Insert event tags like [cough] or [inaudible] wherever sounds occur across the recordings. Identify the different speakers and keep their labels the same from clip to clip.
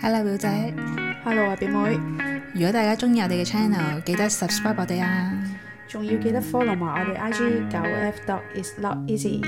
Speaker 1: Hello 表姐，
Speaker 2: Hello 啊，表妹，
Speaker 1: 如果大家中意我哋嘅 channel，記得 subscribe 我哋啊！
Speaker 2: 仲要記得 follow 埋我哋 IG 九 F dot is not [laughs] easy。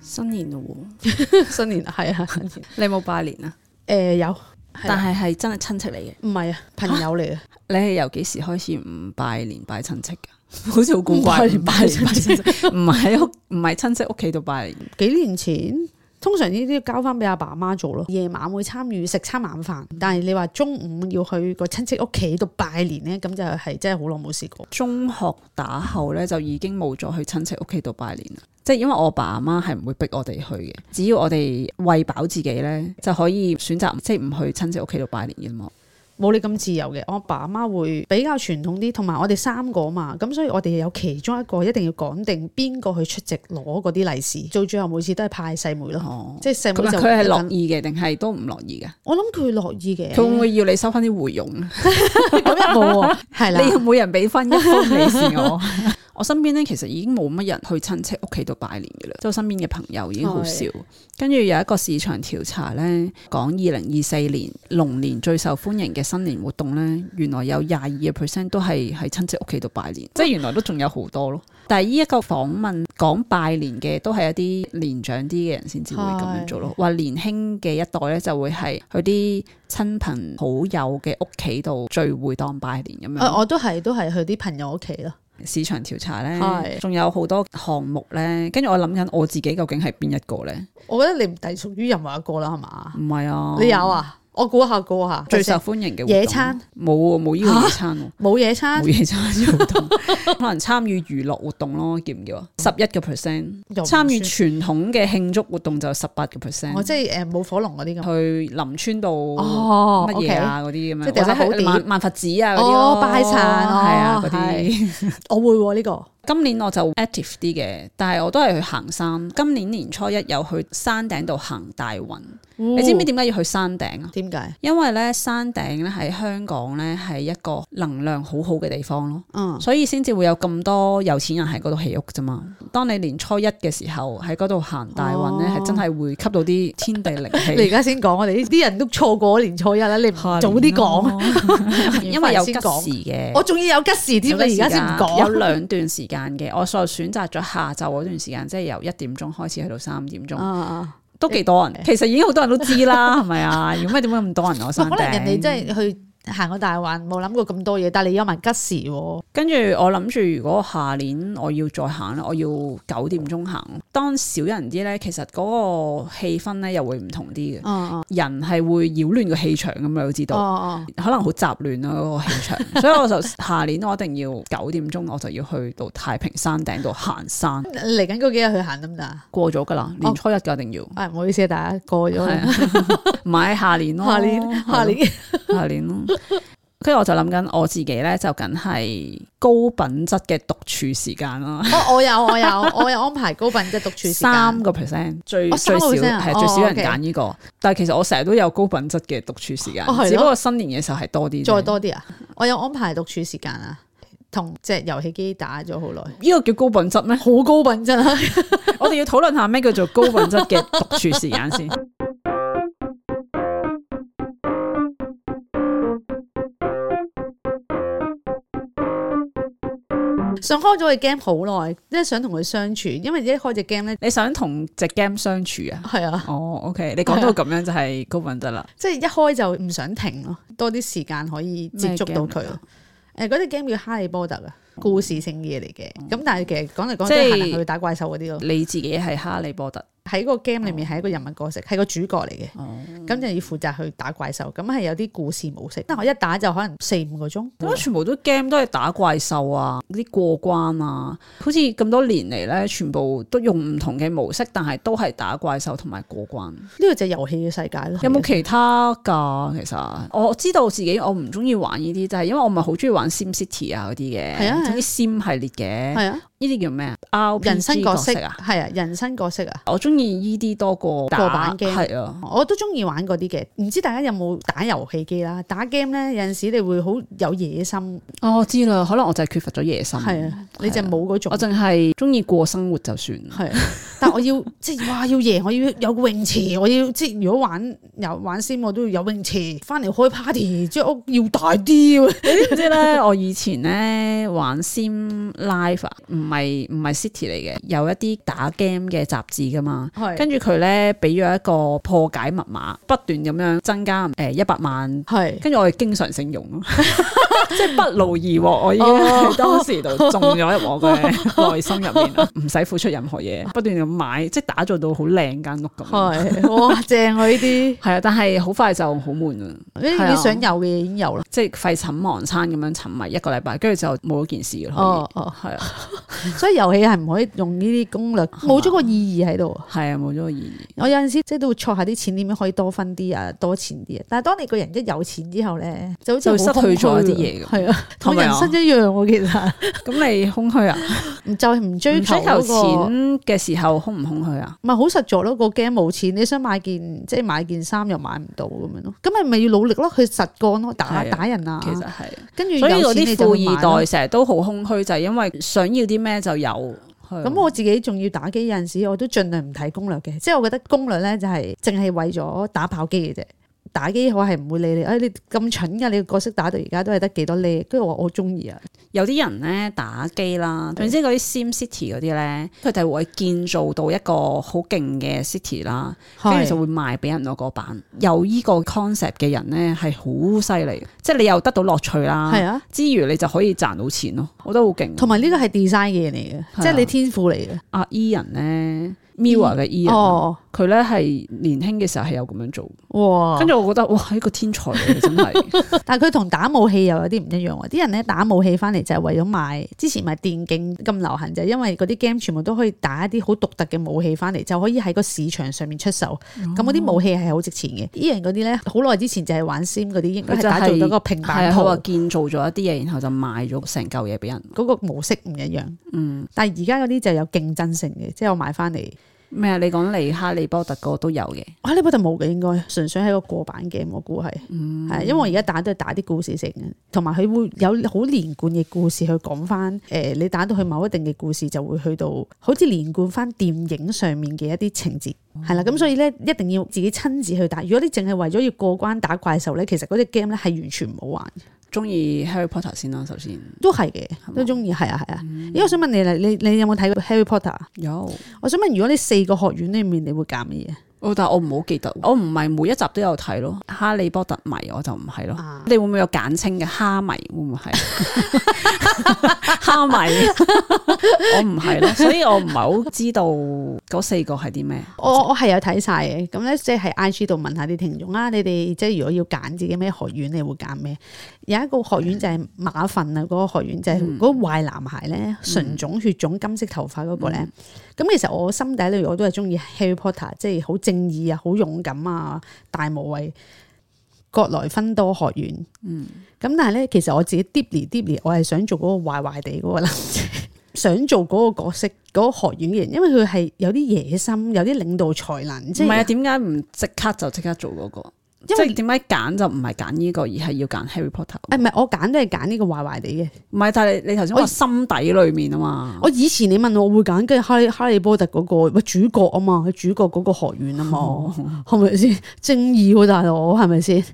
Speaker 3: 新年咯喎，新年係啊，新年。你有冇拜年啊？
Speaker 2: [laughs] 誒有，
Speaker 3: 但係係真係親戚嚟嘅。
Speaker 2: 唔係啊，朋友嚟嘅。
Speaker 3: 你係由幾時開始唔拜年拜親戚㗎？ [laughs] 好似好古怪，
Speaker 2: 唔拜年
Speaker 3: 唔拜年拜親戚，唔係喺屋，唔係親戚屋企度拜年。
Speaker 2: [laughs] 幾年前，通常呢啲要交翻俾阿爸阿媽做咯。 [laughs] 夜晚會參與食餐晚飯，但係你話中午要去個親戚屋企度拜年咧，咁就係真係好耐冇試過。
Speaker 3: 中學打後咧，就已經冇咗去親戚屋企度拜年啦。即係因為我爸阿媽係唔會逼我哋去嘅，只要我哋餵飽自己咧，就可以選擇即係唔去親戚屋企度拜年嘅嘛。
Speaker 2: 冇你咁自由嘅，我爸媽會比較傳統啲，同埋我哋三個嘛，咁所以我哋有其中一個一定要講定邊個去出席攞嗰啲利是，到最後每次都係派細妹咯，
Speaker 3: 哦，
Speaker 2: 即係細
Speaker 3: 咁
Speaker 2: 妹
Speaker 3: 啊
Speaker 2: 就
Speaker 3: 佢係樂意嘅定係都唔樂意嘅？
Speaker 2: 我諗佢樂意嘅，
Speaker 3: 佢會唔會要你收翻啲回佣啊？
Speaker 2: 咁又冇喎，係
Speaker 3: 你要
Speaker 2: 啦，嗯
Speaker 3: 每人俾翻一封利是我。我身邊咧其實已經冇乜人去親戚屋企度拜年嘅啦，即係我身邊嘅朋友已經好少。跟住有一個市場調查咧，講二零二四年龍年最受歡迎嘅新年活動咧，原來有廿二個 percent 都係喺親戚屋企度拜年，即係原來都仲有好多咯。但係呢一個訪問講拜年嘅都係一啲年長啲嘅人先至會咁樣做咯。話年輕嘅一代咧就會係去啲親朋好友嘅屋企度聚會當拜年咁樣。
Speaker 2: 啊我都係都係去啲朋友屋企咯，
Speaker 3: 市場調查咧，
Speaker 2: 係
Speaker 3: 仲有好多項目咧。跟住我諗緊我自己究竟係邊一個咧？
Speaker 2: 我覺得你唔隸屬於任何一個啦，係嘛？
Speaker 3: 唔係啊，
Speaker 2: 你有啊？我估下估下，
Speaker 3: 最受歡迎嘅活動
Speaker 2: 野餐
Speaker 3: 冇喎啊冇呢個野餐喎。
Speaker 2: 冇野餐
Speaker 3: 冇，野餐嘅活動， [laughs] 可能參與娛樂活動咯，叫唔叫啊？十一個 percent，
Speaker 2: 又唔
Speaker 3: 參與
Speaker 2: 算
Speaker 3: 傳
Speaker 2: 哦
Speaker 3: 統嘅慶祝活動就十八個 percent。
Speaker 2: 我即係誒冇火龍嗰啲咁。
Speaker 3: 去林村度
Speaker 2: 哦
Speaker 3: 乜嘢啊嗰啲咁樣，
Speaker 2: 即係
Speaker 3: 或
Speaker 2: 掉
Speaker 3: 者
Speaker 2: 下寶
Speaker 3: 係
Speaker 2: 碟
Speaker 3: 萬萬佛寺啊嗰啲
Speaker 2: 哦
Speaker 3: 咯
Speaker 2: 拜神
Speaker 3: 係啊
Speaker 2: 哦
Speaker 3: 嗰啲。
Speaker 2: 我會喎呢個，
Speaker 3: 今年我就 active 啲嘅，但係我都係去行山。今年年初一有去山頂度行大運，
Speaker 2: 哦
Speaker 3: 你知唔知點解要去山頂啊？
Speaker 2: 點解？
Speaker 3: 因為咧山頂咧喺香港咧係一個能量好好嘅地方咯，
Speaker 2: 嗯，
Speaker 3: 所以先至會有咁多有錢人喺嗰度起屋啫嘛。當你年初一嘅時候喺嗰度行大運咧，係、真係會吸到啲天地靈
Speaker 2: 哦你而
Speaker 3: 氣。
Speaker 2: 家先講，我哋呢啲人都錯過年初一啦，你唔
Speaker 3: 下年
Speaker 2: 早啲講，
Speaker 3: 咯 [laughs] 因為有吉
Speaker 2: 先
Speaker 3: 時
Speaker 2: 講
Speaker 3: 嘅。
Speaker 2: 我仲要有吉時添，你而家先唔
Speaker 3: 有
Speaker 2: 講，
Speaker 3: 兩段時間嘅，我就選擇咗下晝嗰段時間，即係由一點鐘開始去到三點鐘，
Speaker 2: 啊，
Speaker 3: 都幾多人。其實已經好多人都知啦，係咪啊？如果唔係點解咁多人啊我
Speaker 2: 可
Speaker 3: 山頂？
Speaker 2: 能人哋真係去行個大環，冇諗過咁多嘢，但係你有埋吉時喎，
Speaker 3: 跟住我諗住，如果下年我要再行咧，我要九點鐘行。當少人啲咧，其實嗰個氣氛咧又會唔同啲嘅。
Speaker 2: 嗯
Speaker 3: 人係會擾亂個氣場咁你都知道。
Speaker 2: 哦
Speaker 3: 可能好雜亂啦嗰個氣場，所以我就 [laughs] 下年我一定要九點鐘我就要去到太平山頂度行山。
Speaker 2: 哦，嚟緊嗰幾日去行得唔得啊？
Speaker 3: 過咗噶啦，年初一噶一定要，
Speaker 2: 啊，唔好意思啊，大家過咗
Speaker 3: 係
Speaker 2: 啦
Speaker 3: 啊，唔係下年咯，
Speaker 2: [laughs] 下年下年
Speaker 3: 係咯下年咯。跟住我就諗緊我自己咧，就梗係高品質嘅獨處時間啦，
Speaker 2: [laughs] 我我有我有我有安排高品質獨處時間
Speaker 3: 三個 percent 最
Speaker 2: 哦
Speaker 3: 最少
Speaker 2: 3%啊
Speaker 3: 係最
Speaker 2: 哦
Speaker 3: 少人
Speaker 2: OK
Speaker 3: 揀呢個，但係其實我成日都有高品質嘅獨處時間
Speaker 2: 哦係，咯
Speaker 3: 只不過新年嘅時候係多啲啫。
Speaker 2: 再多啲啊！我有安排獨處時間啊，同隻遊戲機打咗好耐，
Speaker 3: 呢個叫高品質咩？
Speaker 2: [laughs] 好高品質啊！
Speaker 3: 我哋要討論下咩叫做高品質嘅獨處時間先。
Speaker 2: [laughs] 想開咗個 game 好耐，即係想同佢相處，因為一開只 game 咧，
Speaker 3: 你想同隻 game 相處啊？
Speaker 2: 係啊，
Speaker 3: 哦，OK，你講到咁樣就係高品質啦。
Speaker 2: 即係一開就唔想停咯，多啲時間可以接觸到佢
Speaker 3: 咩 game 啊嚟㗎。
Speaker 2: 誒嗰只 game 叫《哈利波特》啊，故事性嘅嘢嚟嘅。咁但係其實講嚟講
Speaker 3: 哦即係哦
Speaker 2: 去，行嚟行去打怪獸嗰啲咯。
Speaker 3: 你自己係哈利波特。
Speaker 2: 喺個 game 裏面係一個人物角色，係個主角嚟嘅。
Speaker 3: 哦，
Speaker 2: 咁就要負責去打怪獸，咁係有啲故事模式。但我一打就可能四五個鐘。
Speaker 3: 點解全部都 game 都係打怪獸啊，嗰啲過關啊，好似咁多年嚟咧，全部都用唔同嘅模式，但係都係打怪獸同埋過關。
Speaker 2: 呢個就係遊戲嘅世界咯。
Speaker 3: 有冇其他㗎？其實啊我知道自己我唔中意玩呢啲，就係因為我唔係好中意玩 Sim City 啊嗰啲
Speaker 2: 係啊係
Speaker 3: 嘅，
Speaker 2: 啊
Speaker 3: 總之 Sim 系列嘅，
Speaker 2: 係啊？
Speaker 3: 呢啲叫咩啊？
Speaker 2: 人
Speaker 3: RPG
Speaker 2: 生角色
Speaker 3: 啊，
Speaker 2: 係啊，人生角色啊，
Speaker 3: 我中意呢啲多過打
Speaker 2: 過版 game
Speaker 3: 係啊。
Speaker 2: 我都中意玩嗰啲嘅。唔知大家有冇打遊戲機啦？打 game 咧有陣時你會好有野心，啊
Speaker 3: 哦，我知啦，可能我就係缺乏咗野心，
Speaker 2: 嗯係啊，你就冇嗰種
Speaker 3: 我淨係中意過生活就算。
Speaker 2: 係啊。但我要 [laughs] 即係哇要贏，我要有泳池，我要即係如果玩有玩先，我都要有泳池，翻嚟開 party，即係屋要大啲喎。
Speaker 3: 即系咧，我以前咧玩 Sim Live 啊，唔係唔係 City 嚟嘅，有一啲打 game 嘅雜誌噶嘛。
Speaker 2: 係
Speaker 3: 跟住佢咧俾咗一個破解密碼，不斷咁樣增加誒一百萬。
Speaker 2: 係
Speaker 3: 跟住我哋經常性用咯， [laughs] 即係不勞而獲。我已經
Speaker 2: 哦
Speaker 3: 喺當時度種咗入我
Speaker 2: [laughs]
Speaker 3: 嘅內心入面啦，唔使付出任何嘢，不斷咁買，即係打造到好靚間屋咁。
Speaker 2: 係，哇正啊呢啲，
Speaker 3: 係啊，但係好快就好悶啊，
Speaker 2: 呢啲你想有嘅嘢已經有啦。
Speaker 3: 即係廢寢忘餐咁樣沉迷一個禮拜，跟住就冇咗件事咯。
Speaker 2: 哦哦，
Speaker 3: 係啊。
Speaker 2: [laughs] 所以遊戲係唔可以用呢啲攻略，冇咗個意義喺度。
Speaker 3: 係啊，冇咗個意義。
Speaker 2: 我有陣時即係都會錯下啲錢點樣可以多分啲啊，多錢啲啊。但係當你個人一有錢之後咧，就好似
Speaker 3: 就失去咗一啲嘢咁
Speaker 2: 係啊，同
Speaker 3: 係咪
Speaker 2: 人
Speaker 3: 啊
Speaker 2: 生一樣喎，其
Speaker 3: [laughs]
Speaker 2: 實。
Speaker 3: 咁你空虛
Speaker 2: [laughs]
Speaker 3: 啊？
Speaker 2: 唔就係唔追
Speaker 3: 追
Speaker 2: 求
Speaker 3: 求
Speaker 2: 嗰個
Speaker 3: 錢嘅時候空唔空虛啊？
Speaker 2: 唔係好實在咯，個 game 冇錢，你想買件即係買件衫又買唔到咁樣咯，咁咪咪要努力咯，去實幹咯，打
Speaker 3: 係啊
Speaker 2: 打人啊
Speaker 3: 其，實係，
Speaker 2: 跟住
Speaker 3: 所以嗰
Speaker 2: 有錢你
Speaker 3: 啲
Speaker 2: 就
Speaker 3: 富
Speaker 2: 會買
Speaker 3: 二
Speaker 2: 咯
Speaker 3: 代。成日都好空虛，就係因為想要啲咩就有。咁
Speaker 2: 咁我自己仲要打機有陣時，我都盡量唔睇攻略嘅，即係我覺得攻略咧就係淨係為咗打炮機嘅啫。打機我係唔會理你，哎你咁蠢噶，你個角色打到而家都係得幾多呢？跟住我話我中意啊，
Speaker 3: 有啲人咧打機啦，
Speaker 2: 嗯
Speaker 3: 總之嗰啲 Sim City 嗰啲咧，佢哋會建造到一個好勁嘅 city 啦，跟住就會賣俾人攞個版。有呢個 concept 嘅人咧係好犀利，即係你又得到樂趣啦，
Speaker 2: 係啊，
Speaker 3: 之餘你就可以賺到錢咯。我覺得好勁。
Speaker 2: 同埋呢個係 design 嘅嘢嚟
Speaker 3: 係
Speaker 2: 嘅，
Speaker 3: 啊
Speaker 2: 即係你天賦嚟
Speaker 3: 阿 E 人
Speaker 2: 嗯
Speaker 3: 咧，Mirror 嘅 E
Speaker 2: 嘅。
Speaker 3: 人啊，
Speaker 2: 哦，
Speaker 3: 佢咧係年輕嘅時候係有咁樣做，
Speaker 2: 哇！
Speaker 3: 跟住我覺得哇，係一個天才嚟嘅真 [laughs] 係，
Speaker 2: 但係佢同打武器又有啲唔一樣喎，啲人咧打武器翻嚟就係為咗賣，之前咪電競咁流行就係因為嗰啲 game 全部都可以打一啲好獨特嘅武器翻嚟，就可以喺個市場上面出
Speaker 3: 哦
Speaker 2: 售。咁嗰啲武器係好值錢嘅。依人嗰啲咧，好耐之前就係玩 Sim 嗰啲，應該
Speaker 3: 佢
Speaker 2: 係
Speaker 3: 就係
Speaker 2: 打造到個平
Speaker 3: 係
Speaker 2: 板
Speaker 3: 啊佢
Speaker 2: 圖
Speaker 3: 話建造咗一啲嘢，然後就賣咗成嚿嘢俾人。
Speaker 2: 嗰個模式唔一樣。嗯，但係而家嗰啲就有競爭性嘅，即係我買翻嚟。
Speaker 3: 咩啊？你講嚟哈利波特嗰個都有嘅，
Speaker 2: 哈利波特冇嘅應該，純粹係一個過版 game，我估係，係、因為我而家打都係打啲故事性嘅，同埋佢會有好連貫嘅故事去講翻，誒、你打到去某一定嘅故事就會去到，好似連貫翻電影上面嘅一啲情節，係啦、咁所以咧一定要自己親自去打，如果你淨係為咗要過關打怪獸咧，其實嗰隻 game 咧係完全唔好玩嘅，
Speaker 3: 中意 Harry Potter 先啦，首先
Speaker 2: 都係嘅，都中意，係啊係啊，咦、我想問你啦，你你有冇睇過 Harry Potter 啊？
Speaker 3: 有。
Speaker 2: 我想問，如果你四個學院裡面，你會揀乜嘢？
Speaker 3: 哦，但係我唔好記得，我唔係每一集都有睇咯。哈利波特迷我就唔係咯。你會唔會有簡稱嘅哈迷？會唔 [laughs] 會係哈迷？我唔係咯，所以我唔係好知道嗰四個係啲咩。
Speaker 2: 我我係有睇晒嘅，咁咧即係 I G 度問下啲聽眾啦，你哋即係如果要揀自己咩學院，你會揀咩？有一個學院就係馬份啊，嗰、個學院就係
Speaker 3: 嗯
Speaker 2: 嗰個壞男孩咧，純種血種金色頭髮嗰個咧。
Speaker 3: 嗯
Speaker 2: 咁、其實我心底裏我都係中意 Harry Potter，即係好正義啊，好勇敢啊，大無畏。葛萊芬多學院，嗯，咁但係咧，其實我自己 deeply deeply，我係想做嗰個壞壞地嗰個男仔。 [laughs] 想做嗰個角色，嗰、個學院嘅人，因為佢係有啲野心，有啲領導才能，
Speaker 3: 唔
Speaker 2: 即
Speaker 3: 係啊，
Speaker 2: 係
Speaker 3: 點解唔即刻就即刻做嗰、個？
Speaker 2: 因
Speaker 3: 即
Speaker 2: 為
Speaker 3: 係點解揀就唔係揀呢個，而係要揀 Harry Potter？
Speaker 2: 誒唔係我揀都係揀呢個壞壞地嘅。
Speaker 3: 唔係，但係你頭先話
Speaker 2: 我
Speaker 3: 心底裏面啊嘛，
Speaker 2: 我以前你問我會揀跟哈利哈利波特嗰、個喂主角啊嘛，佢主角嗰個學院啊嘛，
Speaker 3: 哦
Speaker 2: 係咪先正義喎、大佬係咪先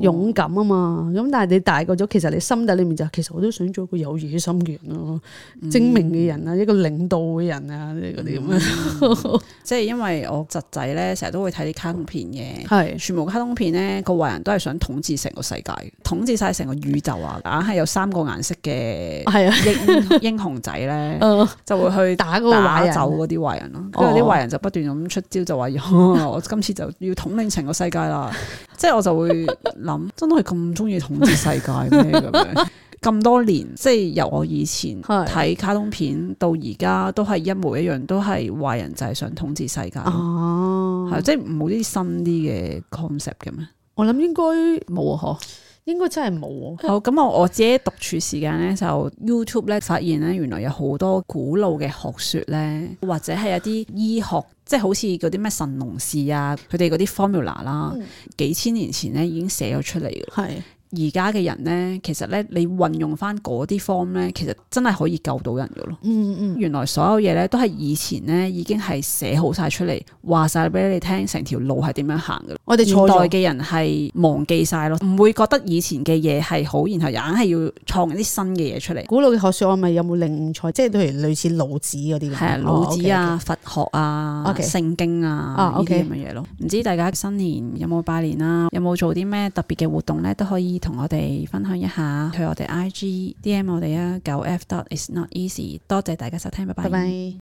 Speaker 2: 勇敢啊嘛？咁但係你大個咗，其實你心底裡面就其實我都想做一個有野心嘅人咯、
Speaker 3: 嗯
Speaker 2: 精明嘅人啊，一個領導嘅人啊，呢嗰啲咁樣
Speaker 3: 即係因為我侄仔咧成日都會睇啲卡通片嘅。
Speaker 2: 係
Speaker 3: 全部卡通片咧，個壞人都係想統治成個世界，統治晒成個宇宙啊！硬係有三個顏色嘅
Speaker 2: [laughs] 係啊，
Speaker 3: 英 [laughs] 英雄仔咧，
Speaker 2: 誒
Speaker 3: 就會去
Speaker 2: 打嗰個
Speaker 3: 打
Speaker 2: 壞人
Speaker 3: 走
Speaker 2: 啊。
Speaker 3: 嗰啲壞人咯。
Speaker 2: 哦
Speaker 3: 跟住啲壞人就不斷咁出招，就話：哦我今次就要統領成個世界啦！ [laughs] 即係我就會諗， [laughs] 真係咁中意統治世界咩咁樣？咁多年，即係由我以前
Speaker 2: 係
Speaker 3: 睇卡通片到而家，都係一模一樣，都係壞人就係想統治世界咯，
Speaker 2: 哦
Speaker 3: 係、即係冇啲新啲嘅 concept 嘅咩？
Speaker 2: 我諗應該
Speaker 3: 冇啊，嗬。
Speaker 2: 應該真係冇喎。
Speaker 3: 好，咁我我自己獨處時間咧，就 YouTube 咧發現咧，原來有好多古老嘅學說咧，或者係一啲醫學，即係好似嗰啲咩神農氏啊，佢哋嗰啲 formula 啦，幾千年前咧已經寫咗出嚟嘅。
Speaker 2: 係
Speaker 3: 而家嘅人咧，其實咧你運用翻嗰啲 form 咧，其實真係可以救到人嘅咯。
Speaker 2: 嗯嗯，
Speaker 3: 原來所有嘢咧都係以前咧已經係寫好晒出嚟，話晒俾你聽，成條路係點樣行嘅。
Speaker 2: 我哋
Speaker 3: 現
Speaker 2: 錯咗
Speaker 3: 代嘅人係忘記晒咯，唔會覺得以前嘅嘢係好，然後硬係要創一啲新嘅嘢出嚟。
Speaker 2: 古老嘅學說，我咪有冇領錯？即係譬如類似老子嗰啲咁。
Speaker 3: 係啊，
Speaker 2: 哦
Speaker 3: 老子啊、
Speaker 2: ，OK，OK，
Speaker 3: 佛學啊、
Speaker 2: OK
Speaker 3: 聖經啊
Speaker 2: 啊
Speaker 3: 呢啲
Speaker 2: OK
Speaker 3: 咁嘅嘢咯。唔知大家新年有冇拜年啦、有冇做啲咩特別嘅活動咧？都可以同我哋分享一下，去我哋 I G D M 我哋啊，九 F dot is not easy。多謝大家收聽，拜
Speaker 2: 拜拜。